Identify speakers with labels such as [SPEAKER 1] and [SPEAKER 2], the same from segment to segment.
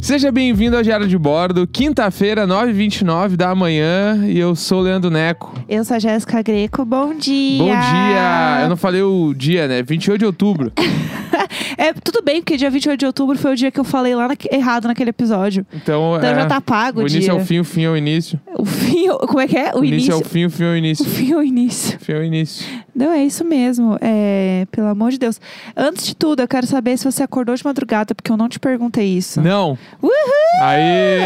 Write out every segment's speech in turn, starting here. [SPEAKER 1] Seja bem-vindo ao Diário de Bordo, quinta-feira, 9h29 da manhã, e eu sou o Leandro Neco.
[SPEAKER 2] Eu sou a Jéssica Greco, bom dia!
[SPEAKER 1] Bom dia! Eu não falei o dia, né? 28 de outubro.
[SPEAKER 2] É, tudo bem, porque dia 28 de outubro foi o dia que eu falei lá naque- errado naquele episódio.
[SPEAKER 1] Então,
[SPEAKER 2] Então
[SPEAKER 1] é,
[SPEAKER 2] já tá pago
[SPEAKER 1] o
[SPEAKER 2] o,
[SPEAKER 1] início
[SPEAKER 2] dia.
[SPEAKER 1] é o fim, o fim é o início.
[SPEAKER 2] O fim, como é que é? O,
[SPEAKER 1] o
[SPEAKER 2] início.
[SPEAKER 1] é o fim, o fim é o
[SPEAKER 2] o
[SPEAKER 1] início.
[SPEAKER 2] fim é o início.
[SPEAKER 1] O fim é o início.
[SPEAKER 2] Não, é isso mesmo. É, pelo amor de Deus. Antes de tudo, eu quero saber se você acordou de madrugada, porque eu não te perguntei isso.
[SPEAKER 1] Não!
[SPEAKER 2] Uhul!
[SPEAKER 1] Aê!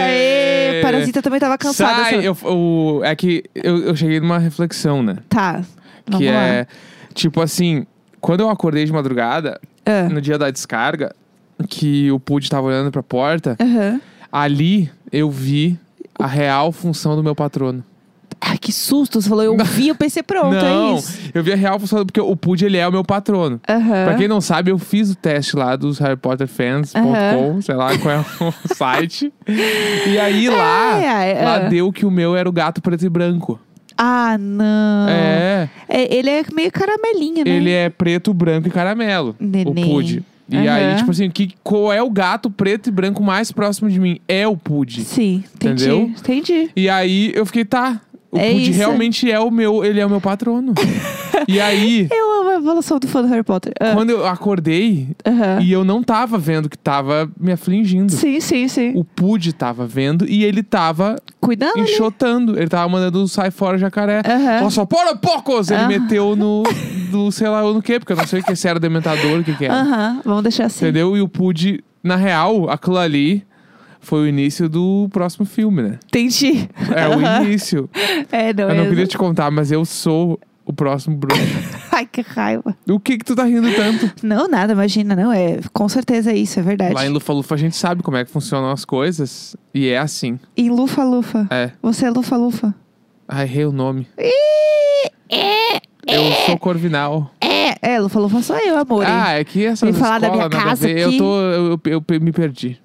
[SPEAKER 2] Aê! Parasita também tava cansada.
[SPEAKER 1] Sai!
[SPEAKER 2] essa-
[SPEAKER 1] Eu, o- é que eu, eu cheguei numa reflexão, né?
[SPEAKER 2] Tá. Vamos
[SPEAKER 1] que
[SPEAKER 2] lá.
[SPEAKER 1] é, tipo assim, quando eu acordei de madrugada,
[SPEAKER 2] Ah,
[SPEAKER 1] no dia da descarga, que o Pude tava olhando pra porta,
[SPEAKER 2] aham.
[SPEAKER 1] ali eu vi a real função do meu patrono.
[SPEAKER 2] Ai, que susto. Você falou, eu vi, eu pensei, pronto,
[SPEAKER 1] não,
[SPEAKER 2] é isso.
[SPEAKER 1] eu vi a real função, porque o Pude, ele é o meu patrono.
[SPEAKER 2] Aham.
[SPEAKER 1] Pra quem não sabe, eu fiz o teste lá dos harrypotterfans.com,
[SPEAKER 2] Aham. É,
[SPEAKER 1] sei lá qual é o site. E aí lá,
[SPEAKER 2] Ai, ai,
[SPEAKER 1] lá
[SPEAKER 2] ah.
[SPEAKER 1] deu que o meu era o gato preto e branco.
[SPEAKER 2] Ah, não.
[SPEAKER 1] É,
[SPEAKER 2] É, ele é meio caramelinho, né?
[SPEAKER 1] ele é preto, branco e caramelo,
[SPEAKER 2] Neném.
[SPEAKER 1] o Pude. E aí,
[SPEAKER 2] Aham.
[SPEAKER 1] tipo assim, que, qual é o gato preto e branco mais próximo de mim? É o Pude.
[SPEAKER 2] Sim, entendi.
[SPEAKER 1] Entendeu?
[SPEAKER 2] Entendi.
[SPEAKER 1] E aí eu fiquei, tá, o
[SPEAKER 2] É
[SPEAKER 1] Pude
[SPEAKER 2] isso.
[SPEAKER 1] realmente é o meu, ele é o meu patrono. e aí,
[SPEAKER 2] Eu amo a evolução do fã do Harry Potter. Ah,
[SPEAKER 1] quando eu acordei,
[SPEAKER 2] aham.
[SPEAKER 1] e eu não tava vendo que tava me afligindo.
[SPEAKER 2] Sim, sim, sim.
[SPEAKER 1] O Pud tava vendo e ele tava
[SPEAKER 2] Cuidando ali.
[SPEAKER 1] enxotando. Ele tava mandando o sai fora jacaré.
[SPEAKER 2] Aham.
[SPEAKER 1] Nossa, para poucos! Ele
[SPEAKER 2] Aham.
[SPEAKER 1] meteu no. do sei lá no que, porque eu não sei o que se era dementador, o que, que era.
[SPEAKER 2] Aham, vamos deixar assim.
[SPEAKER 1] Entendeu? E o Pud, na real, aquilo ali foi o início do próximo filme, né?
[SPEAKER 2] Entendi.
[SPEAKER 1] É o
[SPEAKER 2] Aham.
[SPEAKER 1] início.
[SPEAKER 2] É, não,
[SPEAKER 1] Eu não
[SPEAKER 2] é-
[SPEAKER 1] queria te contar, mas eu sou o próximo bruxo.
[SPEAKER 2] Ai, que raiva.
[SPEAKER 1] Do que que tu tá rindo tanto?
[SPEAKER 2] Não, nada, imagina, não. É, com certeza é isso, é verdade.
[SPEAKER 1] Lá em Lufa Lufa a gente sabe como é que funcionam as coisas. E é assim.
[SPEAKER 2] Em Lufa Lufa.
[SPEAKER 1] É.
[SPEAKER 2] Você é Lufa Lufa.
[SPEAKER 1] Ah, errei o nome. Eu sou Corvinal.
[SPEAKER 2] É, é, Lufa Lufa sou eu, amor. hein?
[SPEAKER 1] Ah, é que essa
[SPEAKER 2] Vem falar da minha casa
[SPEAKER 1] Eu
[SPEAKER 2] aqui.
[SPEAKER 1] tô. Eu, eu- eu me perdi.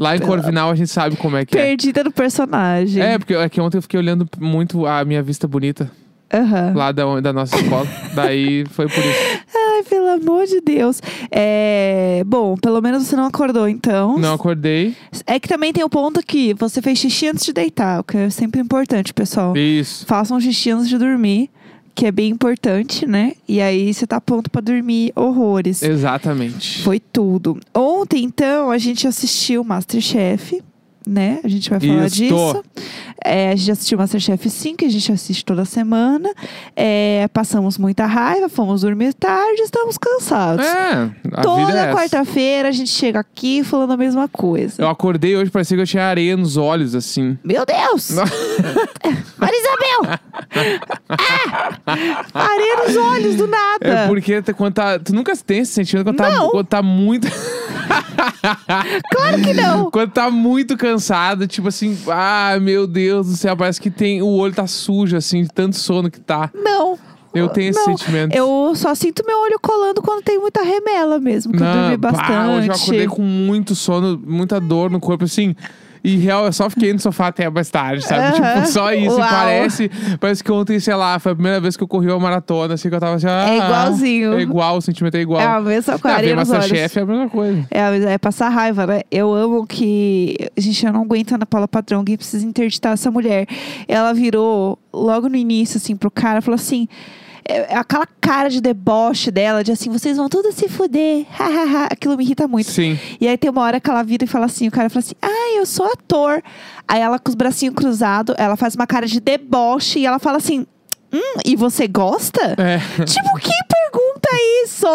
[SPEAKER 1] Lá em Corvinal a gente sabe como é que é.
[SPEAKER 2] Perdida no personagem.
[SPEAKER 1] É, porque é que ontem eu fiquei olhando muito a minha vista bonita
[SPEAKER 2] Aham.
[SPEAKER 1] lá da, da nossa escola. Daí foi por isso.
[SPEAKER 2] Ai, pelo amor de Deus. É... Bom, pelo menos você não acordou, então.
[SPEAKER 1] Não acordei.
[SPEAKER 2] É que também tem o ponto que você fez xixi antes de deitar, o que é sempre importante, pessoal.
[SPEAKER 1] Isso.
[SPEAKER 2] Façam xixi antes de dormir, que é bem importante, né? E aí você tá pronto pra dormir horrores.
[SPEAKER 1] Exatamente.
[SPEAKER 2] Foi tudo. Ontem, então, a gente assistiu Masterchef, né? A gente vai falar
[SPEAKER 1] Isto.
[SPEAKER 2] disso. É, a gente assistiu Masterchef 5, que a gente assiste toda semana. É, passamos muita raiva, fomos dormir tarde, estamos cansados.
[SPEAKER 1] É, a
[SPEAKER 2] Toda
[SPEAKER 1] vida é essa.
[SPEAKER 2] quarta-feira a gente chega aqui falando a mesma coisa.
[SPEAKER 1] Eu acordei hoje, parecia que eu tinha areia nos olhos, assim.
[SPEAKER 2] Meu Deus!
[SPEAKER 1] Não.
[SPEAKER 2] Marisabel! ah! Areia nos olhos, do nada.
[SPEAKER 1] É porque t- quando tá. Tu nunca tem esse sentimento quando, tá,
[SPEAKER 2] Ah. Não.
[SPEAKER 1] quando tá muito.
[SPEAKER 2] Claro que não.
[SPEAKER 1] Quando tá muito cansado, tipo assim, ah, meu Deus do céu, parece que tem, o olho tá sujo, assim, de tanto sono que tá.
[SPEAKER 2] Não.
[SPEAKER 1] Eu tenho esse
[SPEAKER 2] Não.
[SPEAKER 1] sentimento.
[SPEAKER 2] Eu só sinto meu olho colando quando tem muita remela mesmo, que eu dormi
[SPEAKER 1] bah,
[SPEAKER 2] bastante.
[SPEAKER 1] hoje eu acordei com muito sono, muita dor no corpo, assim. E real, eu só fiquei no sofá até mais tarde, sabe?
[SPEAKER 2] Aham.
[SPEAKER 1] Tipo, só isso. E
[SPEAKER 2] Uau.
[SPEAKER 1] Parece, parece que ontem, sei lá, foi a primeira vez que eu corri uma maratona, assim, que eu tava assim, ah,
[SPEAKER 2] É igualzinho.
[SPEAKER 1] É igual, o sentimento é igual.
[SPEAKER 2] É a mesma
[SPEAKER 1] Ah, ver
[SPEAKER 2] coisa. nos olhos.
[SPEAKER 1] Masterchef é a mesma coisa.
[SPEAKER 2] É, mas é passar raiva, né? Eu amo que. Gente, eu não aguento a Ana Paula Padrão, que precisa interditar essa mulher. Ela virou logo no início, assim, pro cara, falou assim. é, Aquela cara de deboche dela, de assim, vocês vão todos se fuder, hahaha, aquilo me irrita muito.
[SPEAKER 1] Sim.
[SPEAKER 2] E aí tem uma hora que ela vira e fala assim, o cara fala assim, ah, eu sou ator. Aí ela com os bracinhos cruzados, ela faz uma cara de deboche e ela fala assim, hum, e você gosta?
[SPEAKER 1] É.
[SPEAKER 2] Tipo, quem pergunta é isso?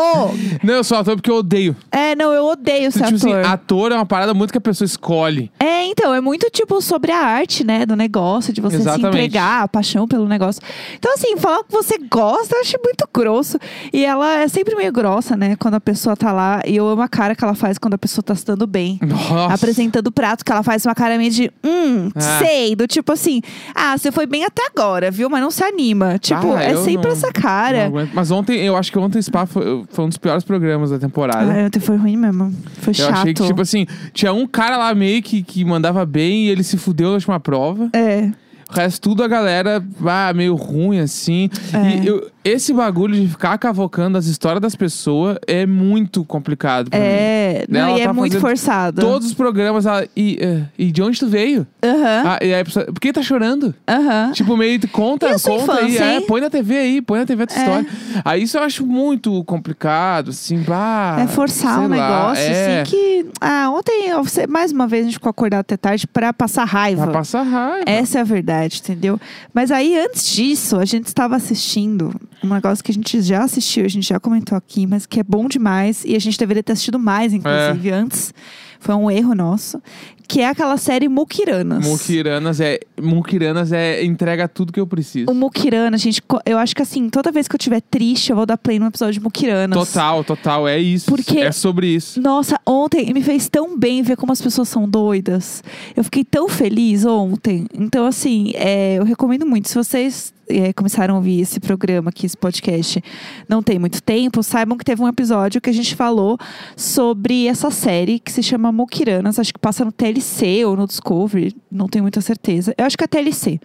[SPEAKER 1] Não, eu sou ator porque eu odeio.
[SPEAKER 2] É, não, eu odeio ser
[SPEAKER 1] tipo
[SPEAKER 2] ator.
[SPEAKER 1] assim, ator é uma parada muito que a pessoa escolhe.
[SPEAKER 2] É, então, é muito tipo sobre a arte, né? Do negócio, de você
[SPEAKER 1] Exatamente.
[SPEAKER 2] se entregar, a paixão pelo negócio. Então, assim, falar que você gosta, eu acho muito grosso. E ela é sempre meio grossa, né? Quando a pessoa tá lá. E eu amo a cara que ela faz quando a pessoa tá se dando bem.
[SPEAKER 1] Nossa.
[SPEAKER 2] Apresentando o prato, que ela faz uma cara meio de hum,
[SPEAKER 1] Ah.
[SPEAKER 2] sei. Do tipo assim, ah, você foi bem até agora, viu? Mas não se anima. Tipo,
[SPEAKER 1] Ah,
[SPEAKER 2] é
[SPEAKER 1] eu
[SPEAKER 2] sempre
[SPEAKER 1] não-
[SPEAKER 2] essa
[SPEAKER 1] Não
[SPEAKER 2] cara.
[SPEAKER 1] aguento. Mas ontem, eu acho que ontem Spa foi, foi um dos piores programas da temporada.
[SPEAKER 2] Ah, ontem foi ruim mesmo. Foi
[SPEAKER 1] eu
[SPEAKER 2] chato.
[SPEAKER 1] achei que, tipo assim, tinha um cara lá meio que, que mandava bem e ele se fudeu na última prova.
[SPEAKER 2] É.
[SPEAKER 1] O resto, tudo a galera ah, meio ruim, assim.
[SPEAKER 2] É.
[SPEAKER 1] E eu, Esse bagulho de ficar cavocando as histórias das pessoas é muito complicado. pra mim.
[SPEAKER 2] É, não,
[SPEAKER 1] Ela
[SPEAKER 2] e é
[SPEAKER 1] tá
[SPEAKER 2] muito
[SPEAKER 1] fazendo
[SPEAKER 2] forçado.
[SPEAKER 1] Todos os programas, ela, e, é, e de onde tu veio?
[SPEAKER 2] Aham,
[SPEAKER 1] Ah, e aí a pessoa, por que tá chorando?
[SPEAKER 2] aham.
[SPEAKER 1] Tipo, meio que conta,
[SPEAKER 2] E a sua
[SPEAKER 1] conta aí,
[SPEAKER 2] infância,
[SPEAKER 1] é,
[SPEAKER 2] hein?
[SPEAKER 1] põe na TV aí, põe na TV a tua
[SPEAKER 2] É.
[SPEAKER 1] história. Aí isso eu acho muito complicado, assim, pá.
[SPEAKER 2] É forçar
[SPEAKER 1] sei lá,
[SPEAKER 2] um negócio,
[SPEAKER 1] é,
[SPEAKER 2] assim, que... Ah, ontem, eu- você- mais uma vez, a gente ficou acordado até tarde pra passar raiva.
[SPEAKER 1] Pra passar raiva.
[SPEAKER 2] Essa é a verdade, entendeu? Mas aí, antes disso, a gente estava assistindo um negócio que a gente já assistiu, a gente já comentou aqui, mas que é bom demais. E a gente deveria ter assistido mais, inclusive,
[SPEAKER 1] É.
[SPEAKER 2] antes. Foi um erro nosso. Que é aquela série Mukiranas.
[SPEAKER 1] Mukiranas é, Mukiranas é entrega tudo que eu preciso.
[SPEAKER 2] O Mukirana, gente, co- eu acho que assim, toda vez que eu tiver triste, eu vou dar play num episódio de Mukiranas.
[SPEAKER 1] Total, total, é isso.
[SPEAKER 2] Porque-
[SPEAKER 1] É sobre isso.
[SPEAKER 2] Nossa, ontem me fez tão bem ver como as pessoas são doidas. Eu fiquei tão feliz ontem. Então, assim, é, eu recomendo muito. Se vocês é, começaram a ouvir esse programa aqui, esse podcast, não tem muito tempo, saibam que teve um episódio que a gente falou sobre essa série que se chama Mukiranas. Acho que passa no TLC ou no Discovery, não tenho muita certeza. Eu acho que é TLC.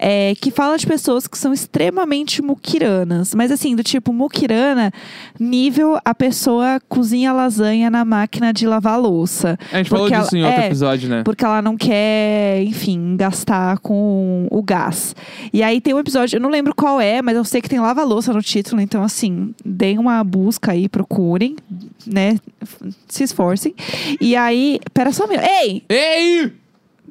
[SPEAKER 2] É, que fala de pessoas que são extremamente mukiranas. Mas assim, do tipo mukirana, nível a pessoa cozinha lasanha na máquina de lavar louça.
[SPEAKER 1] A gente falou
[SPEAKER 2] Porque
[SPEAKER 1] disso em
[SPEAKER 2] ela-
[SPEAKER 1] outro
[SPEAKER 2] é,
[SPEAKER 1] episódio, né?
[SPEAKER 2] Porque ela não quer, enfim, gastar com o gás. E aí tem um episódio, eu não lembro qual é, mas eu sei que tem lava-louça no título, então assim, deem uma busca aí, procurem, né? Se esforcem. E aí, pera só um minuto. Ei!
[SPEAKER 1] Ei!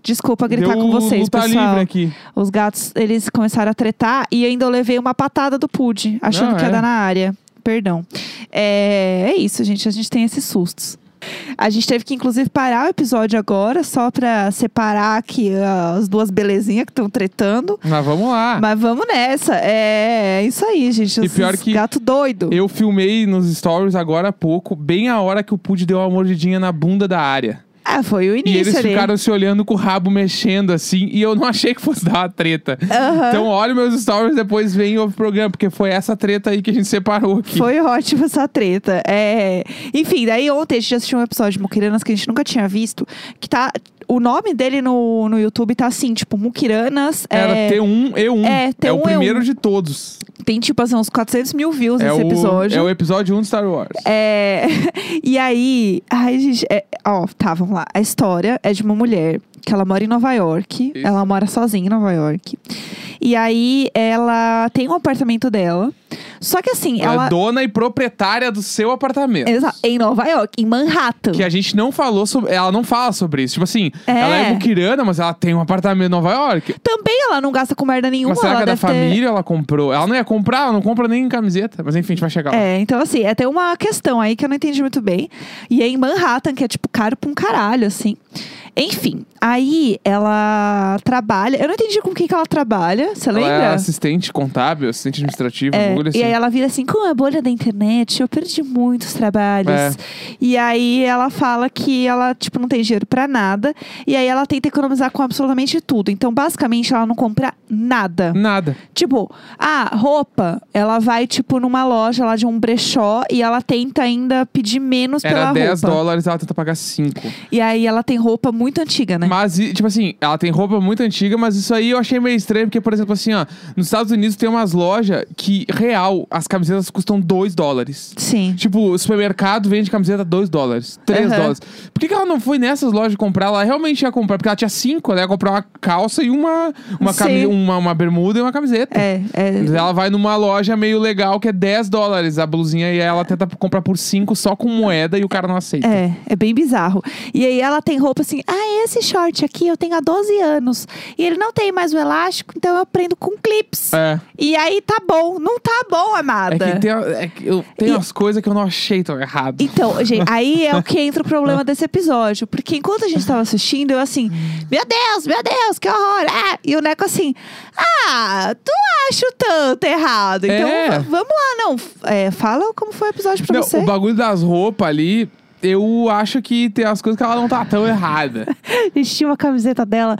[SPEAKER 2] Desculpa gritar
[SPEAKER 1] Deu um
[SPEAKER 2] com vocês,
[SPEAKER 1] luta
[SPEAKER 2] pessoal.
[SPEAKER 1] livre aqui.
[SPEAKER 2] Os gatos, eles começaram a tretar e ainda eu levei uma patada do Pud, achando
[SPEAKER 1] Não,
[SPEAKER 2] que ia
[SPEAKER 1] é.
[SPEAKER 2] dar na área. Perdão. É, é isso, gente. A gente tem esses sustos. A gente teve que, inclusive, parar o episódio agora, só pra separar aqui ah, as duas belezinhas que estão tretando.
[SPEAKER 1] Mas vamos lá.
[SPEAKER 2] Mas vamos nessa. É, é isso aí, gente.
[SPEAKER 1] Ah. E
[SPEAKER 2] Esses
[SPEAKER 1] pior que-
[SPEAKER 2] Gato doido.
[SPEAKER 1] Eu filmei nos stories agora há pouco, bem a hora que o Pud deu uma mordidinha na bunda da área.
[SPEAKER 2] Ah, foi o
[SPEAKER 1] E
[SPEAKER 2] início
[SPEAKER 1] eles
[SPEAKER 2] ali.
[SPEAKER 1] ficaram se olhando com o rabo mexendo assim, e eu não achei que fosse dar uma treta.
[SPEAKER 2] Aham.
[SPEAKER 1] Então olha meus stories, depois vem e ouve o programa, porque foi essa treta aí que a gente separou aqui.
[SPEAKER 2] Foi ótima essa treta. É... Enfim, daí ontem a gente assistiu um episódio de Mukiranas que a gente nunca tinha visto. Que tá. O nome dele no, no YouTube tá assim, tipo, Mukiranas.
[SPEAKER 1] Era T1
[SPEAKER 2] é...
[SPEAKER 1] E1.
[SPEAKER 2] É, T1
[SPEAKER 1] o primeiro
[SPEAKER 2] E1.
[SPEAKER 1] de todos.
[SPEAKER 2] Tem, tipo, assim, uns 400 mil views
[SPEAKER 1] é
[SPEAKER 2] nesse
[SPEAKER 1] o,
[SPEAKER 2] episódio.
[SPEAKER 1] É o episódio 1 de Star Wars.
[SPEAKER 2] É, e aí, ai, gente, é, ó, tá, vamos lá. A história é de uma mulher que ela mora em Nova York.
[SPEAKER 1] Isso.
[SPEAKER 2] Ela mora sozinha em Nova York. E aí, ela tem um apartamento dela. Só que assim,
[SPEAKER 1] Ela
[SPEAKER 2] ela.
[SPEAKER 1] é dona e proprietária do seu apartamento.
[SPEAKER 2] Exa- Em Nova York, em Manhattan.
[SPEAKER 1] Que a gente não falou sobre. Ela não fala sobre isso. Tipo assim,
[SPEAKER 2] É.
[SPEAKER 1] ela é muquirana, mas ela tem um apartamento em Nova York.
[SPEAKER 2] Também ela não gasta com merda nenhuma.
[SPEAKER 1] mas será
[SPEAKER 2] ela
[SPEAKER 1] que é da
[SPEAKER 2] deve ter-
[SPEAKER 1] família ela comprou? Ela não ia comprar, ela não compra nem camiseta. Mas enfim, a gente vai chegar lá.
[SPEAKER 2] É, então assim, é até uma questão aí que eu não entendi muito bem. E é em Manhattan, que é tipo caro pra um caralho, assim. Enfim, aí ela trabalha. Eu não entendi com quem que ela trabalha, você
[SPEAKER 1] Ela
[SPEAKER 2] lembra?
[SPEAKER 1] é assistente contábil, assistente administrativo, um
[SPEAKER 2] É,
[SPEAKER 1] bagulho assim.
[SPEAKER 2] E aí ela vira assim, com a bolha da internet, eu perdi muitos trabalhos.
[SPEAKER 1] É.
[SPEAKER 2] E aí ela fala que ela, tipo, não tem dinheiro pra nada. E aí ela tenta economizar com absolutamente tudo. Então, basicamente, ela não compra nada.
[SPEAKER 1] Nada.
[SPEAKER 2] Tipo, a roupa, ela vai, tipo, numa loja lá de um brechó e ela tenta ainda pedir menos
[SPEAKER 1] Era
[SPEAKER 2] pela
[SPEAKER 1] 10
[SPEAKER 2] roupa.
[SPEAKER 1] dólares, ela tenta pagar 5.
[SPEAKER 2] E aí ela tem roupa muito antiga, né?
[SPEAKER 1] Mas, e, tipo assim, ela tem roupa muito antiga, mas isso aí eu achei meio estranho, porque, por exemplo, assim, ó, nos Estados Unidos tem umas lojas que, real, as camisetas custam 2 dólares.
[SPEAKER 2] Sim.
[SPEAKER 1] Tipo, o supermercado vende camiseta 2 dólares, 3
[SPEAKER 2] Aham.
[SPEAKER 1] dólares. Por que, que ela não foi nessas lojas comprar? Ela realmente ia comprar, porque ela tinha 5, ela ia comprar uma calça e uma, uma,
[SPEAKER 2] Sim.
[SPEAKER 1] cami- uma, uma bermuda e uma camiseta.
[SPEAKER 2] É, é.
[SPEAKER 1] Mas Ela vai numa loja meio legal que é 10 dólares a blusinha e ela tenta comprar por 5 só com moeda e o cara não aceita.
[SPEAKER 2] É, é bem bizarro. E aí ela tem roupa assim, ah, esse short aqui eu tenho há 12 anos. E ele não tem mais o elástico, então eu aprendo com clips.
[SPEAKER 1] É.
[SPEAKER 2] E aí tá bom. Não tá bom, amada.
[SPEAKER 1] É que tem, é que eu tenho
[SPEAKER 2] E-
[SPEAKER 1] umas coisas que eu não achei tão errado.
[SPEAKER 2] Então, gente, aí é o que entra o problema desse episódio. Porque enquanto a gente tava assistindo, eu assim, meu Deus, meu Deus, que horror! Ah! E o Neco assim, ah, tu acho tanto errado. Então,
[SPEAKER 1] É.
[SPEAKER 2] v- vamos lá, não. f- é, fala como foi o episódio pra
[SPEAKER 1] Não,
[SPEAKER 2] você.
[SPEAKER 1] o bagulho das roupas ali, eu acho que tem as coisas que ela não tá tão errada.
[SPEAKER 2] A gente tinha uma camiseta dela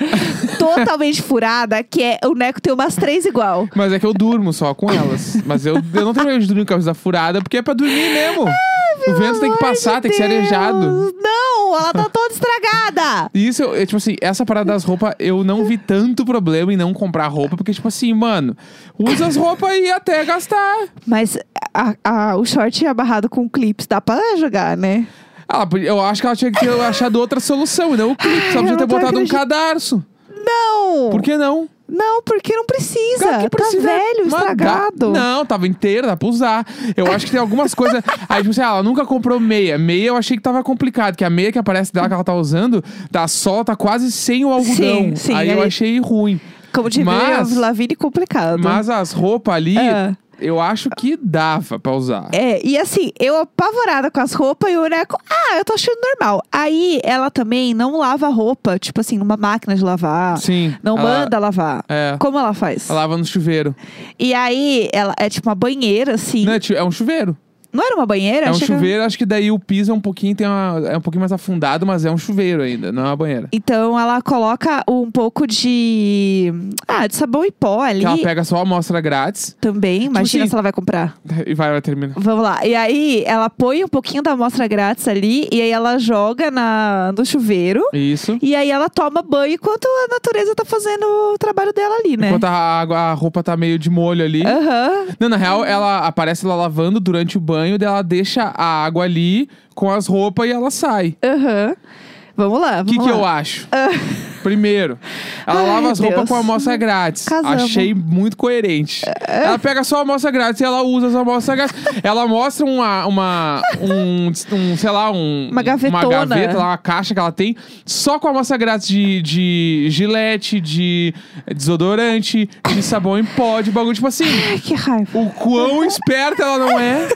[SPEAKER 2] totalmente furada, que é o Neco tem umas três igual.
[SPEAKER 1] Mas é que eu durmo só com elas. Mas eu, eu não tenho medo de dormir com a camisa furada, porque é pra dormir mesmo. o vento tem que
[SPEAKER 2] Pelo amor
[SPEAKER 1] passar,
[SPEAKER 2] de
[SPEAKER 1] tem que ser
[SPEAKER 2] Deus.
[SPEAKER 1] arejado.
[SPEAKER 2] Não, não! Ela tá toda estragada!
[SPEAKER 1] E Isso, eu- eu, tipo assim, essa parada das roupas, eu não vi tanto problema em não comprar roupa, porque, tipo assim, mano, usa as roupas e até gastar.
[SPEAKER 2] Mas a- a- o short abarrado com clips dá pra jogar, né?
[SPEAKER 1] Ah, eu acho que ela tinha que ter achado outra solução, e não o clipe. Só
[SPEAKER 2] Ai,
[SPEAKER 1] podia
[SPEAKER 2] eu
[SPEAKER 1] ter
[SPEAKER 2] não tô
[SPEAKER 1] botado um
[SPEAKER 2] acredit-
[SPEAKER 1] cadarço.
[SPEAKER 2] Não!
[SPEAKER 1] Por que não?
[SPEAKER 2] Não, porque não precisa.
[SPEAKER 1] Cara, que precisa
[SPEAKER 2] tá velho,
[SPEAKER 1] mandar-
[SPEAKER 2] estragado.
[SPEAKER 1] Não, tava inteiro, dá pra usar. Eu acho que tem algumas coisas. Aí, tipo assim, ah, ela nunca comprou meia. Meia eu achei que tava complicado, que a meia que aparece dela que ela tá usando, tá sol, tá quase sem o algodão.
[SPEAKER 2] Sim, sim,
[SPEAKER 1] aí eu
[SPEAKER 2] aí-
[SPEAKER 1] achei ruim.
[SPEAKER 2] Como diria
[SPEAKER 1] Mas-
[SPEAKER 2] mas... Lavigne, um complicado.
[SPEAKER 1] Mas as roupas ali,
[SPEAKER 2] Ah.
[SPEAKER 1] eu acho que dava pra usar.
[SPEAKER 2] É, e assim, eu apavorada com as roupas e o Ureco, ah, eu tô achando normal. Aí ela também não lava a roupa, tipo assim, numa máquina de lavar.
[SPEAKER 1] Sim.
[SPEAKER 2] Não
[SPEAKER 1] ela-
[SPEAKER 2] manda lavar.
[SPEAKER 1] É.
[SPEAKER 2] Como ela faz?
[SPEAKER 1] Ela lava no chuveiro.
[SPEAKER 2] E aí, ela é tipo uma banheira, assim.
[SPEAKER 1] Não,
[SPEAKER 2] Não,
[SPEAKER 1] é ti- é um chuveiro.
[SPEAKER 2] era uma banheira?
[SPEAKER 1] é um
[SPEAKER 2] Achei que era-
[SPEAKER 1] chuveiro, acho que daí o piso é um pouquinho, tem uma- é um pouquinho mais afundado, mas é um chuveiro ainda, não é uma banheira.
[SPEAKER 2] Então ela coloca um pouco de. Ah, de sabão em pó ali.
[SPEAKER 1] Que ela pega só a amostra grátis
[SPEAKER 2] Também. Imagina
[SPEAKER 1] assim,
[SPEAKER 2] se ela vai comprar.
[SPEAKER 1] e vai, vai terminar.
[SPEAKER 2] Vamos lá. E aí, ela põe um pouquinho da amostra grátis ali, e aí ela joga na, no chuveiro.
[SPEAKER 1] Isso.
[SPEAKER 2] E aí ela toma banho enquanto a natureza tá fazendo o trabalho dela ali, né?
[SPEAKER 1] Enquanto a água, a roupa tá meio de molho ali.
[SPEAKER 2] Aham.
[SPEAKER 1] Não, na real, ela aparece lá lavando durante o banho, daí ela deixa a água ali com as roupas e ela sai.
[SPEAKER 2] Aham. Vamos lá,
[SPEAKER 1] O
[SPEAKER 2] Ah, vamos
[SPEAKER 1] que, que
[SPEAKER 2] lá. Ah.
[SPEAKER 1] eu acho? Primeiro, ela
[SPEAKER 2] Ai,
[SPEAKER 1] lava as roupas
[SPEAKER 2] Deus.
[SPEAKER 1] com a amostra grátis.
[SPEAKER 2] Casamos. É.
[SPEAKER 1] Achei muito coerente. Ela pega só a amostra grátis e ela usa as amostras grátis. ela mostra uma, uma um, um, sei lá, um,
[SPEAKER 2] Uma gavetona.
[SPEAKER 1] uma gaveta, lá, uma caixa que ela tem, só com a amostra grátis de, de gilete, de desodorante, de sabão em pó, de bagulho. Tipo assim,
[SPEAKER 2] Ai, que raiva.
[SPEAKER 1] o quão esperta ela não é.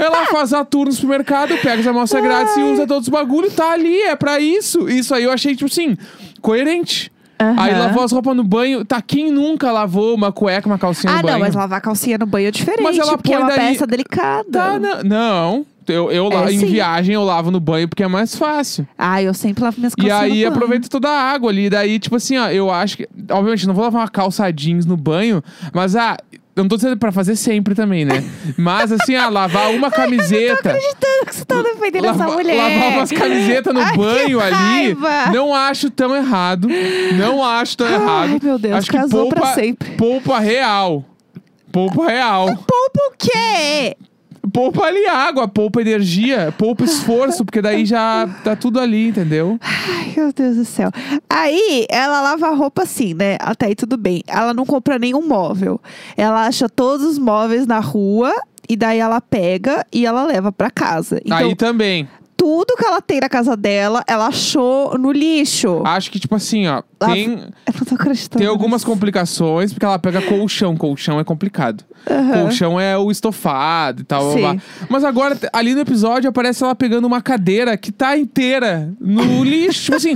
[SPEAKER 1] Ela faz a tour no supermercado, pega as amostras grátis e usa todos os bagulhos. Tá ali, é pra isso. Isso aí eu achei, tipo assim, coerente.
[SPEAKER 2] Aham.
[SPEAKER 1] Aí lavou as roupas no banho. Tá, quem nunca lavou uma cueca, uma calcinha
[SPEAKER 2] Ah,
[SPEAKER 1] no
[SPEAKER 2] não,
[SPEAKER 1] um banho?
[SPEAKER 2] mas lavar calcinha no banho é diferente,
[SPEAKER 1] Mas ela
[SPEAKER 2] porque é
[SPEAKER 1] põe
[SPEAKER 2] uma
[SPEAKER 1] daí-
[SPEAKER 2] peça delicada.
[SPEAKER 1] Tá, não. não. Eu, eu la-
[SPEAKER 2] É,
[SPEAKER 1] em
[SPEAKER 2] sim.
[SPEAKER 1] viagem eu lavo no banho porque é mais fácil.
[SPEAKER 2] Ah, eu sempre lavo minhas
[SPEAKER 1] E
[SPEAKER 2] calcinhas no
[SPEAKER 1] aí
[SPEAKER 2] banho.
[SPEAKER 1] aproveita toda a água ali. Daí, tipo assim, ó, eu acho que. Obviamente, não vou lavar uma calça jeans no banho, mas ah, eu não tô dizendo pra fazer sempre também, né? Mas assim, ah, lavar uma
[SPEAKER 2] Não
[SPEAKER 1] camiseta.
[SPEAKER 2] tô acreditando que você tá defendendo
[SPEAKER 1] Lava-
[SPEAKER 2] essa mulher.
[SPEAKER 1] Lavar umas camisetas no
[SPEAKER 2] Ai, que
[SPEAKER 1] banho ali.
[SPEAKER 2] raiva.
[SPEAKER 1] Não acho tão errado. Não acho tão
[SPEAKER 2] Ai,
[SPEAKER 1] errado.
[SPEAKER 2] meu Deus,
[SPEAKER 1] acho
[SPEAKER 2] casou
[SPEAKER 1] que poupa,
[SPEAKER 2] pra sempre.
[SPEAKER 1] Poupa real. Poupa real.
[SPEAKER 2] Poupa o quê?
[SPEAKER 1] Poupa ali água, poupa energia, poupa esforço, porque daí já tá tudo ali, entendeu?
[SPEAKER 2] Ai, meu Deus do céu. Aí, ela lava a roupa assim, né? Até aí tudo bem. Ela não compra nenhum móvel. Ela acha todos os móveis na rua e daí ela pega e ela leva pra casa. Então,
[SPEAKER 1] aí também.
[SPEAKER 2] tudo que ela tem na casa dela, ela achou no lixo.
[SPEAKER 1] Acho que, tipo assim, ó,
[SPEAKER 2] Lava-
[SPEAKER 1] tem,
[SPEAKER 2] Eu não tô acreditando.
[SPEAKER 1] tem algumas
[SPEAKER 2] nisso.
[SPEAKER 1] complicações, porque ela pega colchão. Colchão é complicado.
[SPEAKER 2] Aham.
[SPEAKER 1] Colchão é o estofado e tal.
[SPEAKER 2] Sim.
[SPEAKER 1] blá, blá. Mas agora, t- ali no episódio, aparece ela pegando uma cadeira que tá inteira no lixo. tipo assim,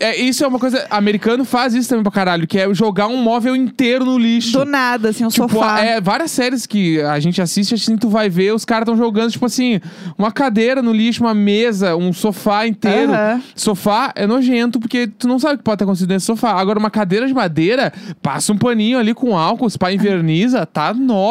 [SPEAKER 1] é, isso é uma coisa. Americano faz isso também pra caralho, que é jogar um móvel inteiro no lixo.
[SPEAKER 2] Do nada, assim, um
[SPEAKER 1] Tipo,
[SPEAKER 2] sofá.
[SPEAKER 1] é, várias séries que a gente assiste, assim, tu vai ver, os caras estão jogando, tipo assim, uma cadeira no lixo, uma mesa, um sofá inteiro.
[SPEAKER 2] Aham.
[SPEAKER 1] Sofá é nojento, porque tu não sabe o que pode ter acontecido nesse sofá. Agora, uma cadeira de madeira, passa um paninho ali com álcool, se pá, inverniza, tá nova.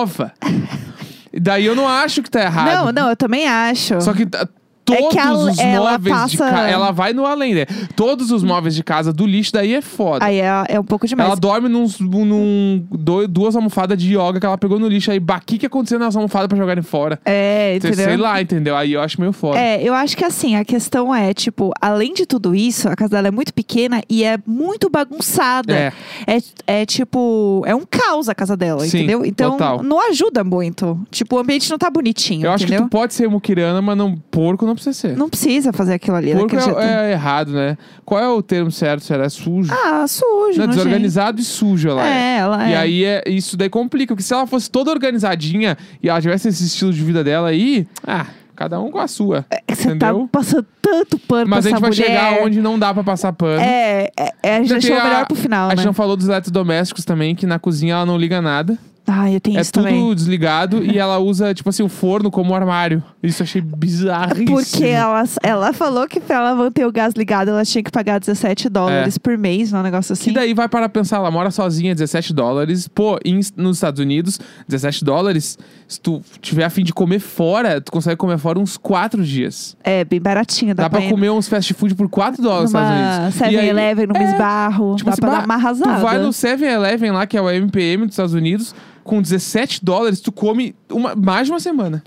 [SPEAKER 1] E Daí eu não acho que tá errado.
[SPEAKER 2] Não, não, eu também acho.
[SPEAKER 1] Só que tá- todos
[SPEAKER 2] que a-
[SPEAKER 1] os
[SPEAKER 2] ela
[SPEAKER 1] móveis de
[SPEAKER 2] passa-
[SPEAKER 1] casa. Ela vai no além, né? Todos os móveis de casa do lixo daí é foda.
[SPEAKER 2] Aí é, é um pouco demais.
[SPEAKER 1] Ela dorme num, num do- duas almofadas de yoga que ela pegou no lixo aí. Bah, que que aconteceu nas almofadas pra jogarem fora? Então,
[SPEAKER 2] É, entendeu?
[SPEAKER 1] Sei lá, entendeu? Aí eu acho meio foda.
[SPEAKER 2] É, eu acho que assim, a questão é, tipo, além de tudo isso, a casa dela é muito pequena e é muito bagunçada.
[SPEAKER 1] É.
[SPEAKER 2] É, é, tipo, é um caos a casa dela,
[SPEAKER 1] Sim,
[SPEAKER 2] entendeu? Então
[SPEAKER 1] total.
[SPEAKER 2] não ajuda muito. Tipo, o ambiente não tá bonitinho,
[SPEAKER 1] eu acho que
[SPEAKER 2] entendeu?
[SPEAKER 1] tu pode ser muquirana, mas não, porco não precisa ser.
[SPEAKER 2] Não precisa fazer aquilo ali
[SPEAKER 1] porco
[SPEAKER 2] daquele jeito.
[SPEAKER 1] é, é errado, né? Qual é o termo certo? Será É sujo?
[SPEAKER 2] Ah, sujo,
[SPEAKER 1] Não, é
[SPEAKER 2] nojento.
[SPEAKER 1] desorganizado e sujo ela é.
[SPEAKER 2] É, ela
[SPEAKER 1] E
[SPEAKER 2] é.
[SPEAKER 1] aí é, isso daí complica, porque se ela fosse toda organizadinha e ela tivesse esse estilo de vida dela aí, ah, cada um com a sua.
[SPEAKER 2] Você tá
[SPEAKER 1] entendeu?
[SPEAKER 2] passando tanto pano
[SPEAKER 1] Mas a gente
[SPEAKER 2] pra essa
[SPEAKER 1] vai
[SPEAKER 2] mulher.
[SPEAKER 1] chegar onde não dá pra passar pano.
[SPEAKER 2] É, é, é, a gente
[SPEAKER 1] Não, tem
[SPEAKER 2] deixou
[SPEAKER 1] a-
[SPEAKER 2] melhor pro final,
[SPEAKER 1] A gente
[SPEAKER 2] né?
[SPEAKER 1] não falou dos eletrodomésticos também, que na cozinha ela não liga nada.
[SPEAKER 2] Ah, eu tenho
[SPEAKER 1] É
[SPEAKER 2] isso
[SPEAKER 1] tudo
[SPEAKER 2] também.
[SPEAKER 1] desligado e ela usa, tipo assim, o forno como armário. Isso eu achei bizarríssimo.
[SPEAKER 2] Porque ela, ela falou que pra ela manter o gás ligado, ela tinha que pagar 17 dólares por mês, não é um negócio assim.
[SPEAKER 1] Que daí vai para pensar, ela mora sozinha, 17 dólares. Pô, em- nos Estados Unidos, 17 dólares, se tu tiver a fim de comer fora, tu consegue comer fora uns 4 dias.
[SPEAKER 2] É, bem baratinho. Dá,
[SPEAKER 1] Dá, pra
[SPEAKER 2] ir
[SPEAKER 1] comer uns fast food por 4 dólares nos Estados
[SPEAKER 2] numa
[SPEAKER 1] Unidos. E aí-
[SPEAKER 2] 7-Eleven, num
[SPEAKER 1] É,
[SPEAKER 2] esbarro.
[SPEAKER 1] Tipo
[SPEAKER 2] dá
[SPEAKER 1] assim,
[SPEAKER 2] pra dar
[SPEAKER 1] bah,
[SPEAKER 2] uma arrasada.
[SPEAKER 1] Tu vai no 7-Eleven lá, que é o MPM dos Estados Unidos, com 17 dólares, tu come uma, mais de uma semana.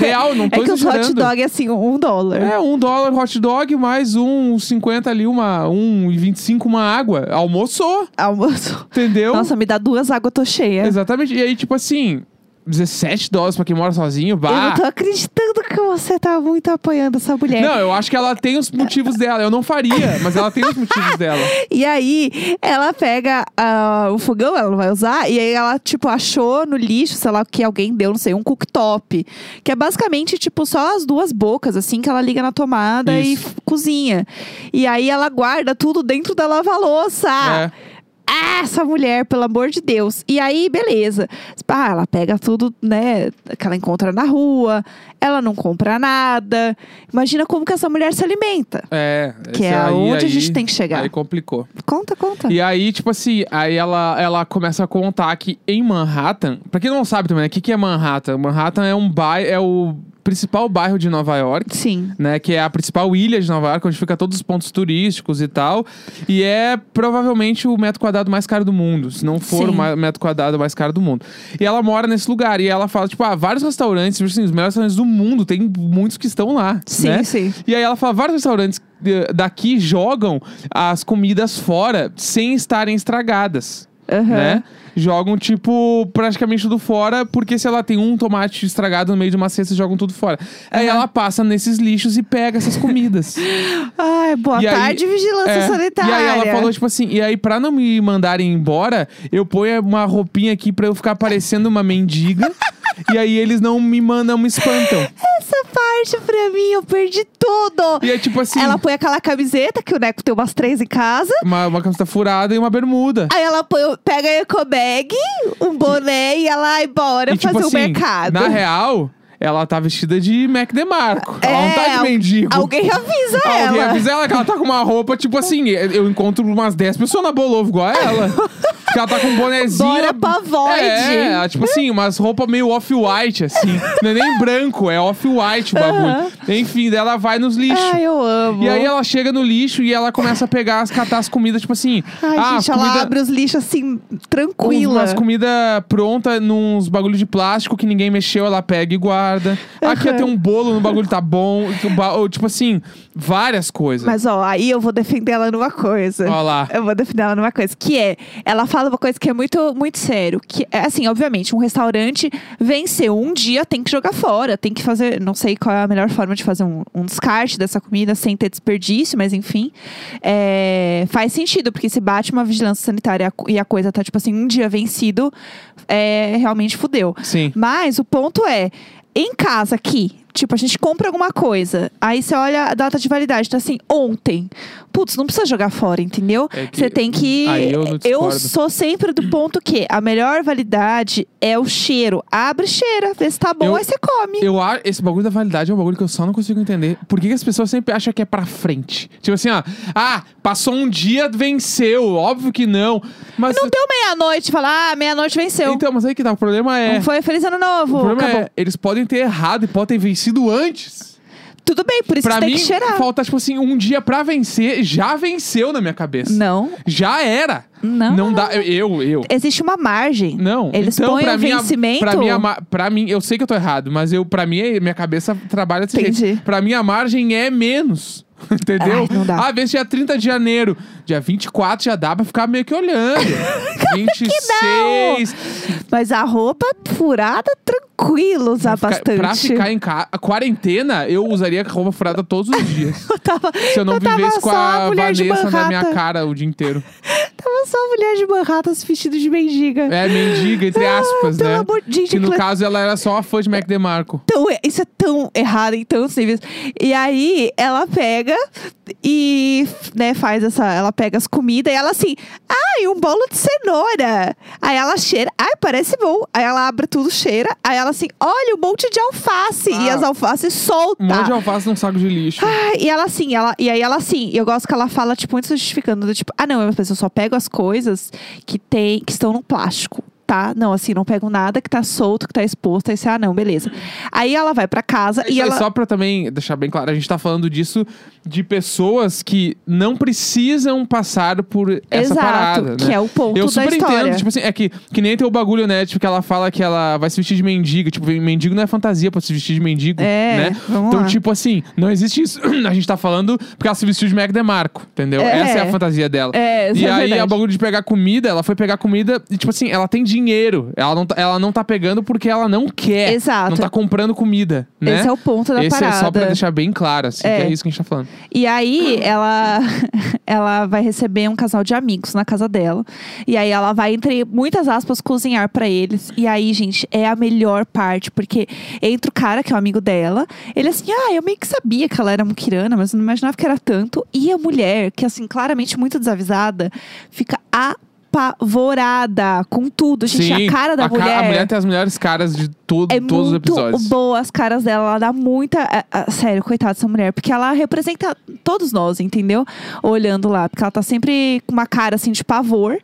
[SPEAKER 1] Real, não
[SPEAKER 2] é
[SPEAKER 1] tô
[SPEAKER 2] que os hot
[SPEAKER 1] exagerando.
[SPEAKER 2] dog é assim, um dólar.
[SPEAKER 1] É, um dólar hot dog, mais um 50 ali, uma, um e 25 uma água. Almoçou,
[SPEAKER 2] Almoço.
[SPEAKER 1] entendeu?
[SPEAKER 2] Nossa, é. me dá duas águas, eu tô cheia.
[SPEAKER 1] Exatamente. E aí, tipo assim, 17 dólares pra quem mora sozinho,
[SPEAKER 2] Eu
[SPEAKER 1] bah.
[SPEAKER 2] não tô acreditando que você tá muito apoiando essa mulher.
[SPEAKER 1] Não, eu acho que ela tem os motivos dela. Eu não faria, mas ela tem os motivos dela.
[SPEAKER 2] E aí, ela pega ah, o fogão, ela não vai usar, e aí ela, tipo, achou no lixo, sei lá, que alguém deu, não sei, um cooktop. Que é basicamente, tipo, só as duas bocas, assim, que ela liga na tomada e
[SPEAKER 1] Isso.
[SPEAKER 2] f- cozinha. E aí ela guarda tudo dentro da lava-louça.
[SPEAKER 1] É.
[SPEAKER 2] Ah, essa mulher, pelo amor de Deus. E aí, beleza. Ah, ela pega tudo, né, que ela encontra na rua. Ela não compra nada. Imagina como que essa mulher se alimenta.
[SPEAKER 1] É.
[SPEAKER 2] Que é
[SPEAKER 1] esse aí-
[SPEAKER 2] aonde
[SPEAKER 1] aí-
[SPEAKER 2] a gente tem que chegar.
[SPEAKER 1] Aí complicou.
[SPEAKER 2] Conta, conta.
[SPEAKER 1] E aí, tipo assim, aí ela, ela começa a contar que em Manhattan, pra quem não sabe também, né, o que, que é Manhattan? Manhattan é um bairro, é o principal bairro de Nova York.
[SPEAKER 2] Sim.
[SPEAKER 1] Né, que é a principal ilha de Nova York, onde fica todos os pontos turísticos e tal. E é provavelmente o metro quadrado mais caro do mundo, se não for
[SPEAKER 2] Sim.
[SPEAKER 1] o ma- metro quadrado mais caro do mundo. E ela mora nesse lugar. E ela fala, tipo, ah, vários restaurantes, tipo assim, os melhores restaurantes do mundo, tem muitos que estão lá.
[SPEAKER 2] Sim,
[SPEAKER 1] né?
[SPEAKER 2] sim.
[SPEAKER 1] E aí ela fala, vários restaurantes eh, daqui jogam as comidas fora sem estarem estragadas,
[SPEAKER 2] Aham.
[SPEAKER 1] né? Jogam, tipo, praticamente tudo fora, porque se ela tem um tomate estragado no meio de uma cesta, jogam tudo fora. Aí ela passa nesses lixos e pega essas comidas.
[SPEAKER 2] Ai, boa
[SPEAKER 1] E aí-
[SPEAKER 2] tarde, vigilância
[SPEAKER 1] É.
[SPEAKER 2] sanitária.
[SPEAKER 1] E aí ela falou, tipo assim, e aí pra não me mandarem embora, eu ponho uma roupinha aqui pra eu ficar parecendo uma mendiga. e aí eles não me mandam, me espantam.
[SPEAKER 2] Essa parte pra mim, eu perdi tudo.
[SPEAKER 1] E é tipo assim,
[SPEAKER 2] Ela põe aquela camiseta, que o Neco tem umas três em casa.
[SPEAKER 1] uma, uma camiseta furada e uma bermuda.
[SPEAKER 2] Aí ela põe, pega a ecobag, um boné e ela vai embora
[SPEAKER 1] E, tipo
[SPEAKER 2] fazer o
[SPEAKER 1] assim,
[SPEAKER 2] mercado.
[SPEAKER 1] Na real, ela tá vestida de Mac DeMarco. ela não tá de
[SPEAKER 2] É, al-
[SPEAKER 1] mendigo.
[SPEAKER 2] Alguém avisa
[SPEAKER 1] Alguém
[SPEAKER 2] ela.
[SPEAKER 1] avisa ela que ela tá com uma roupa, tipo assim, eu encontro umas 10 pessoas na Bolovo igual a ela. que ela tá com um bonezinho.
[SPEAKER 2] Bora pra Void.
[SPEAKER 1] É, ela, tipo assim, umas roupas meio off-white, assim. Não é nem branco, é off-white o bagulho. Enfim, daí ela vai nos lixos.
[SPEAKER 2] Ai, eu amo.
[SPEAKER 1] E aí ela chega no lixo e ela começa a pegar, as catar as comidas, tipo assim.
[SPEAKER 2] Ai,
[SPEAKER 1] ah,
[SPEAKER 2] gente,
[SPEAKER 1] comida...
[SPEAKER 2] ela abre os lixos assim, tranquila.
[SPEAKER 1] Umas comida pronta nos bagulho de plástico que ninguém mexeu, ela pega e guarda. Aqui
[SPEAKER 2] Aham.
[SPEAKER 1] até um bolo no bagulho tá bom. que o ba- ou, Tipo assim, várias coisas.
[SPEAKER 2] Mas, ó, aí eu vou defender ela numa coisa.
[SPEAKER 1] Ó lá.
[SPEAKER 2] Eu vou defender ela numa coisa, que é... Ela fala uma coisa que é muito, muito sério. Que é, assim, obviamente, um restaurante venceu um dia, tem que jogar fora. Tem que fazer... Não sei qual é a melhor forma de fazer um, um descarte dessa comida sem ter desperdício, mas enfim. É, faz sentido, porque se bate uma vigilância sanitária e a co- e a coisa tá, tipo assim, um dia vencido, é, realmente fudeu.
[SPEAKER 1] Sim.
[SPEAKER 2] Mas o ponto é, em casa aqui, tipo, a gente compra alguma coisa, aí você olha a data de validade, tá assim, ontem. Putz, não precisa jogar fora, entendeu?
[SPEAKER 1] É que-
[SPEAKER 2] Você tem que.
[SPEAKER 1] Aí eu não discordo.
[SPEAKER 2] sou sempre do ponto que a melhor validade é o cheiro. Abre, cheira, vê se tá bom,
[SPEAKER 1] Eu-
[SPEAKER 2] aí você come.
[SPEAKER 1] Eu acho, esse bagulho da validade é um bagulho que eu só não consigo entender. Por que, que as pessoas sempre acham que é pra frente? Tipo assim, ó. Ah, passou um dia, venceu. Óbvio que não. Mas.
[SPEAKER 2] Não deu meia-noite, falar, ah, meia-noite venceu.
[SPEAKER 1] então, mas aí que tá. O problema é.
[SPEAKER 2] não foi feliz ano
[SPEAKER 1] o
[SPEAKER 2] novo.
[SPEAKER 1] problema
[SPEAKER 2] Acabou.
[SPEAKER 1] é, eles podem ter errado e podem ter vencido antes.
[SPEAKER 2] Tudo bem, por isso
[SPEAKER 1] pra
[SPEAKER 2] que tem
[SPEAKER 1] mim,
[SPEAKER 2] que cheirar.
[SPEAKER 1] falta, tipo assim, um dia pra vencer. Já venceu na minha cabeça.
[SPEAKER 2] Não,
[SPEAKER 1] Já era.
[SPEAKER 2] Não, não,
[SPEAKER 1] dá. Eu, eu. eu.
[SPEAKER 2] existe uma margem.
[SPEAKER 1] Não.
[SPEAKER 2] Eles
[SPEAKER 1] então,
[SPEAKER 2] põem
[SPEAKER 1] pra
[SPEAKER 2] o
[SPEAKER 1] mim, a-
[SPEAKER 2] vencimento.
[SPEAKER 1] Pra mim, a ma- pra mim, eu sei que eu tô errado, mas eu, pra mim, minha cabeça trabalha desse
[SPEAKER 2] Entendi.
[SPEAKER 1] jeito. Pra mim, a margem é menos. Entendeu?
[SPEAKER 2] Ai, não dá.
[SPEAKER 1] Ah, vê se dia 30 de janeiro. Dia 24 já dá pra ficar meio que olhando. 26.
[SPEAKER 2] Mas a roupa furada, tranquilo usar
[SPEAKER 1] Fica-
[SPEAKER 2] bastante.
[SPEAKER 1] Pra ficar em ca... a quarentena, eu usaria roupa furada todos os dias.
[SPEAKER 2] Eu tava,
[SPEAKER 1] se eu não
[SPEAKER 2] tava
[SPEAKER 1] vivesse com
[SPEAKER 2] só
[SPEAKER 1] a,
[SPEAKER 2] mulher de
[SPEAKER 1] Vanessa na minha
[SPEAKER 2] Manhattan.
[SPEAKER 1] cara o dia inteiro.
[SPEAKER 2] Tava só a mulher de Manhattan se vestindo de mendiga.
[SPEAKER 1] É, mendiga, entre aspas,
[SPEAKER 2] pelo
[SPEAKER 1] né?
[SPEAKER 2] amor de- gente,
[SPEAKER 1] que no
[SPEAKER 2] aquilo é-
[SPEAKER 1] caso ela era só uma fã de Mac DeMarco.
[SPEAKER 2] tão- isso é tão errado em tantos níveis. E aí ela pega e né, faz essa. Ela pega as comidas e ela assim, ai, um bolo de cenoura. Aí ela cheira, ai, parece bom. Aí ela abre tudo, cheira. Aí ela assim, olha, um monte de alface. E
[SPEAKER 1] Ah.
[SPEAKER 2] as alfaces soltam.
[SPEAKER 1] Um monte de alface num saco de lixo.
[SPEAKER 2] Tá. Ah, e ela assim, ela, e aí ela assim, eu gosto que ela fala, tipo, muito se justificando, do tipo, ah, não, eu eu só pego as coisas que tem, que estão no plástico. Tá? Não, assim, não pego nada que tá solto, que tá exposto. Aí você, ah, não, beleza. Aí ela vai pra casa
[SPEAKER 1] Isso
[SPEAKER 2] e
[SPEAKER 1] aí,
[SPEAKER 2] ela.
[SPEAKER 1] Só pra também deixar bem claro, a gente tá falando disso de pessoas que não precisam passar por essa
[SPEAKER 2] Exato,
[SPEAKER 1] parada, né?
[SPEAKER 2] que é o ponto
[SPEAKER 1] Eu
[SPEAKER 2] da
[SPEAKER 1] super
[SPEAKER 2] história.
[SPEAKER 1] entendo, tipo assim, é que, que nem tem o bagulho, né? Tipo, que ela fala que ela vai se vestir de mendiga. Tipo, mendigo não é fantasia pra se vestir de mendigo,
[SPEAKER 2] É,
[SPEAKER 1] né?
[SPEAKER 2] vamos
[SPEAKER 1] então,
[SPEAKER 2] lá.
[SPEAKER 1] tipo assim, não existe isso. a gente tá falando porque ela se vestiu de Mac DeMarco, entendeu?
[SPEAKER 2] É.
[SPEAKER 1] Essa é a fantasia dela.
[SPEAKER 2] É, essa
[SPEAKER 1] e
[SPEAKER 2] é a
[SPEAKER 1] aí,
[SPEAKER 2] verdade.
[SPEAKER 1] o bagulho de pegar comida, ela foi pegar comida e, tipo assim, ela tem dinheiro. Ela não tá, ela não tá pegando porque ela não quer.
[SPEAKER 2] Exato.
[SPEAKER 1] Não tá comprando comida, né?
[SPEAKER 2] Esse é o ponto da
[SPEAKER 1] Esse
[SPEAKER 2] parada.
[SPEAKER 1] é só pra deixar bem claro, assim,
[SPEAKER 2] É.
[SPEAKER 1] que é isso que a gente tá falando.
[SPEAKER 2] E aí ela ela vai receber um casal de amigos na casa dela. E aí ela vai entre muitas aspas cozinhar pra eles. E aí, gente, é a melhor parte, porque entra o cara que é o amigo dela, ele assim: "Ah, eu meio que sabia que ela era muquirana, mas eu não imaginava que era tanto". E a mulher, que assim, claramente muito desavisada, fica apavorada com tudo, gente,
[SPEAKER 1] Sim,
[SPEAKER 2] a cara da
[SPEAKER 1] ca- a mulher tem as melhores caras de todo,
[SPEAKER 2] é
[SPEAKER 1] todos os
[SPEAKER 2] muito
[SPEAKER 1] episódios.
[SPEAKER 2] boa as caras dela. Ela dá muita. a- a- sério, coitada dessa mulher. Porque ela representa todos nós, entendeu? Olhando lá. Porque ela tá sempre com uma cara assim de pavor.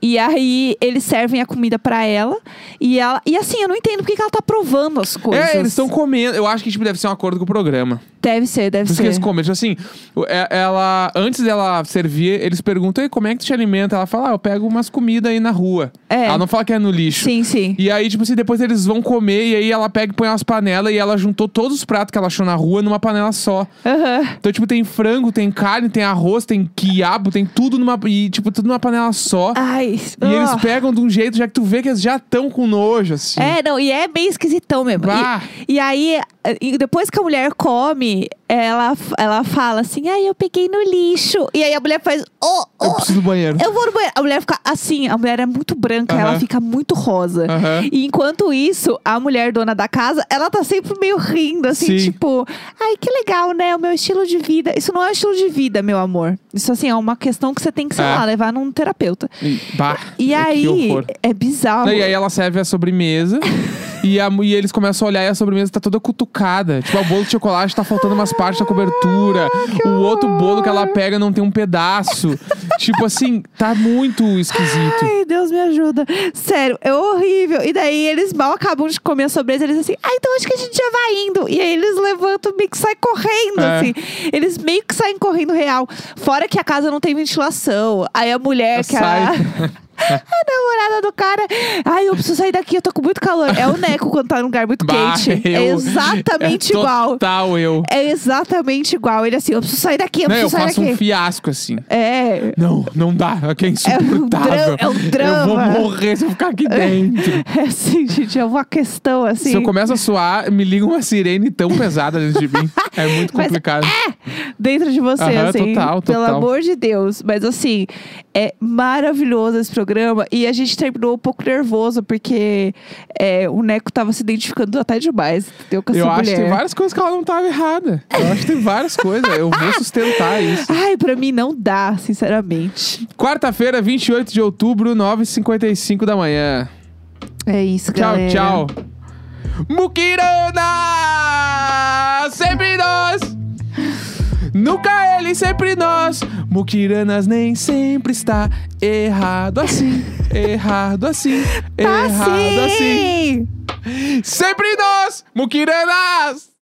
[SPEAKER 2] E aí eles servem a comida pra ela. E ela. E assim, eu não entendo porque que ela tá provando as coisas.
[SPEAKER 1] É, eles estão comendo. Eu acho que tipo, deve ser um acordo com o programa.
[SPEAKER 2] Deve ser, deve
[SPEAKER 1] Por isso
[SPEAKER 2] ser.
[SPEAKER 1] que eles comem. Tipo assim, o- é- ela, antes dela servir, eles perguntam: Ei, como é que tu te alimenta? Ela fala: ah, eu pego umas comidas aí na rua.
[SPEAKER 2] É.
[SPEAKER 1] Ela não fala que é no lixo.
[SPEAKER 2] Sim, sim.
[SPEAKER 1] E aí, tipo assim, depois eles vão comer, e aí ela pega e põe umas panelas, e ela juntou todos os pratos que ela achou na rua numa panela só.
[SPEAKER 2] Aham.
[SPEAKER 1] Então, tipo, tem frango, tem carne, tem arroz, tem quiabo, tem tudo numa. E, tipo, tudo numa panela só.
[SPEAKER 2] Ai.
[SPEAKER 1] E eles
[SPEAKER 2] ah.
[SPEAKER 1] pegam de um jeito, já que tu vê que eles já estão com nojo, assim.
[SPEAKER 2] É, não, e é bem esquisitão mesmo.
[SPEAKER 1] Bah.
[SPEAKER 2] E, e aí, e depois que a mulher come, ela, ela fala assim: ai, eu peguei no lixo. E aí a mulher faz: oh,
[SPEAKER 1] Eu
[SPEAKER 2] oh,
[SPEAKER 1] preciso do banheiro.
[SPEAKER 2] eu vou no banheiro. A mulher fica assim, a mulher é muito branca,
[SPEAKER 1] Aham.
[SPEAKER 2] ela fica muito rosa.
[SPEAKER 1] Aham.
[SPEAKER 2] E enquanto isso, a mulher dona da casa, ela tá sempre meio rindo, assim,
[SPEAKER 1] Sim.
[SPEAKER 2] tipo, ai, que legal, né? O meu estilo de vida. Isso não é um estilo de vida, meu amor. Isso assim, é uma questão que você tem que, sei
[SPEAKER 1] É.
[SPEAKER 2] lá, levar num terapeuta.
[SPEAKER 1] E, bah,
[SPEAKER 2] E
[SPEAKER 1] que
[SPEAKER 2] aí,
[SPEAKER 1] horror.
[SPEAKER 2] é bizarro.
[SPEAKER 1] Não, E aí ela serve a sobremesa. e, a, mu- e eles começam a olhar e a sobremesa tá toda cutucada. Tipo, o bolo de chocolate tá faltando umas partes da cobertura. o outro bolo que ela pega não tem um pedaço. tipo assim, tá muito esquisito.
[SPEAKER 2] Ai, Deus me ajuda. Sério, é horrível. E daí eles mal acabam de comer a sobremesa, eles assim, ah, então acho que a gente já vai indo. E aí eles levantam, meio que saem correndo,
[SPEAKER 1] É.
[SPEAKER 2] assim. Eles meio que saem correndo real. Fora que a casa não tem ventilação. Aí a mulher É que
[SPEAKER 1] Sai.
[SPEAKER 2] a... A namorada do cara. Ai, eu preciso sair daqui, eu tô com muito calor. É o Neco quando tá num lugar muito
[SPEAKER 1] Bah,
[SPEAKER 2] quente.
[SPEAKER 1] eu-
[SPEAKER 2] É exatamente
[SPEAKER 1] é
[SPEAKER 2] igual.
[SPEAKER 1] Total eu.
[SPEAKER 2] É exatamente igual. Ele assim, eu preciso sair daqui, eu
[SPEAKER 1] Não, eu
[SPEAKER 2] preciso sair
[SPEAKER 1] faço
[SPEAKER 2] daqui.
[SPEAKER 1] um fiasco assim.
[SPEAKER 2] É.
[SPEAKER 1] Não, não dá. Aqui é insuportável.
[SPEAKER 2] é um drama.
[SPEAKER 1] Eu vou morrer se eu ficar aqui dentro.
[SPEAKER 2] É assim, gente, é uma questão assim.
[SPEAKER 1] Se eu começo a suar, me liga uma sirene tão pesada dentro de mim. É muito
[SPEAKER 2] Mas
[SPEAKER 1] complicado.
[SPEAKER 2] dentro de você,
[SPEAKER 1] Aham,
[SPEAKER 2] assim.
[SPEAKER 1] total,
[SPEAKER 2] Pelo
[SPEAKER 1] total.
[SPEAKER 2] amor de Deus. Mas assim, é maravilhoso esse programa. E a gente terminou um pouco nervoso, porque é, o Neco tava se identificando até demais, entendeu? Com essa
[SPEAKER 1] eu
[SPEAKER 2] mulher.
[SPEAKER 1] acho que tem várias coisas que ela não tava errada. Eu acho que tem várias coisas. Eu vou sustentar isso.
[SPEAKER 2] Ai, pra mim não dá, sinceramente.
[SPEAKER 1] Quarta-feira, 28 de outubro, 9h55 da manhã.
[SPEAKER 2] É isso,
[SPEAKER 1] Tchau,
[SPEAKER 2] galera.
[SPEAKER 1] tchau. Mukirana! Sempre nós! Nunca ele, sempre nós! Mukiranas nem sempre está errado assim, errado assim,
[SPEAKER 2] Tá
[SPEAKER 1] errado assim.
[SPEAKER 2] sim!
[SPEAKER 1] Sempre nós, Mukiranas!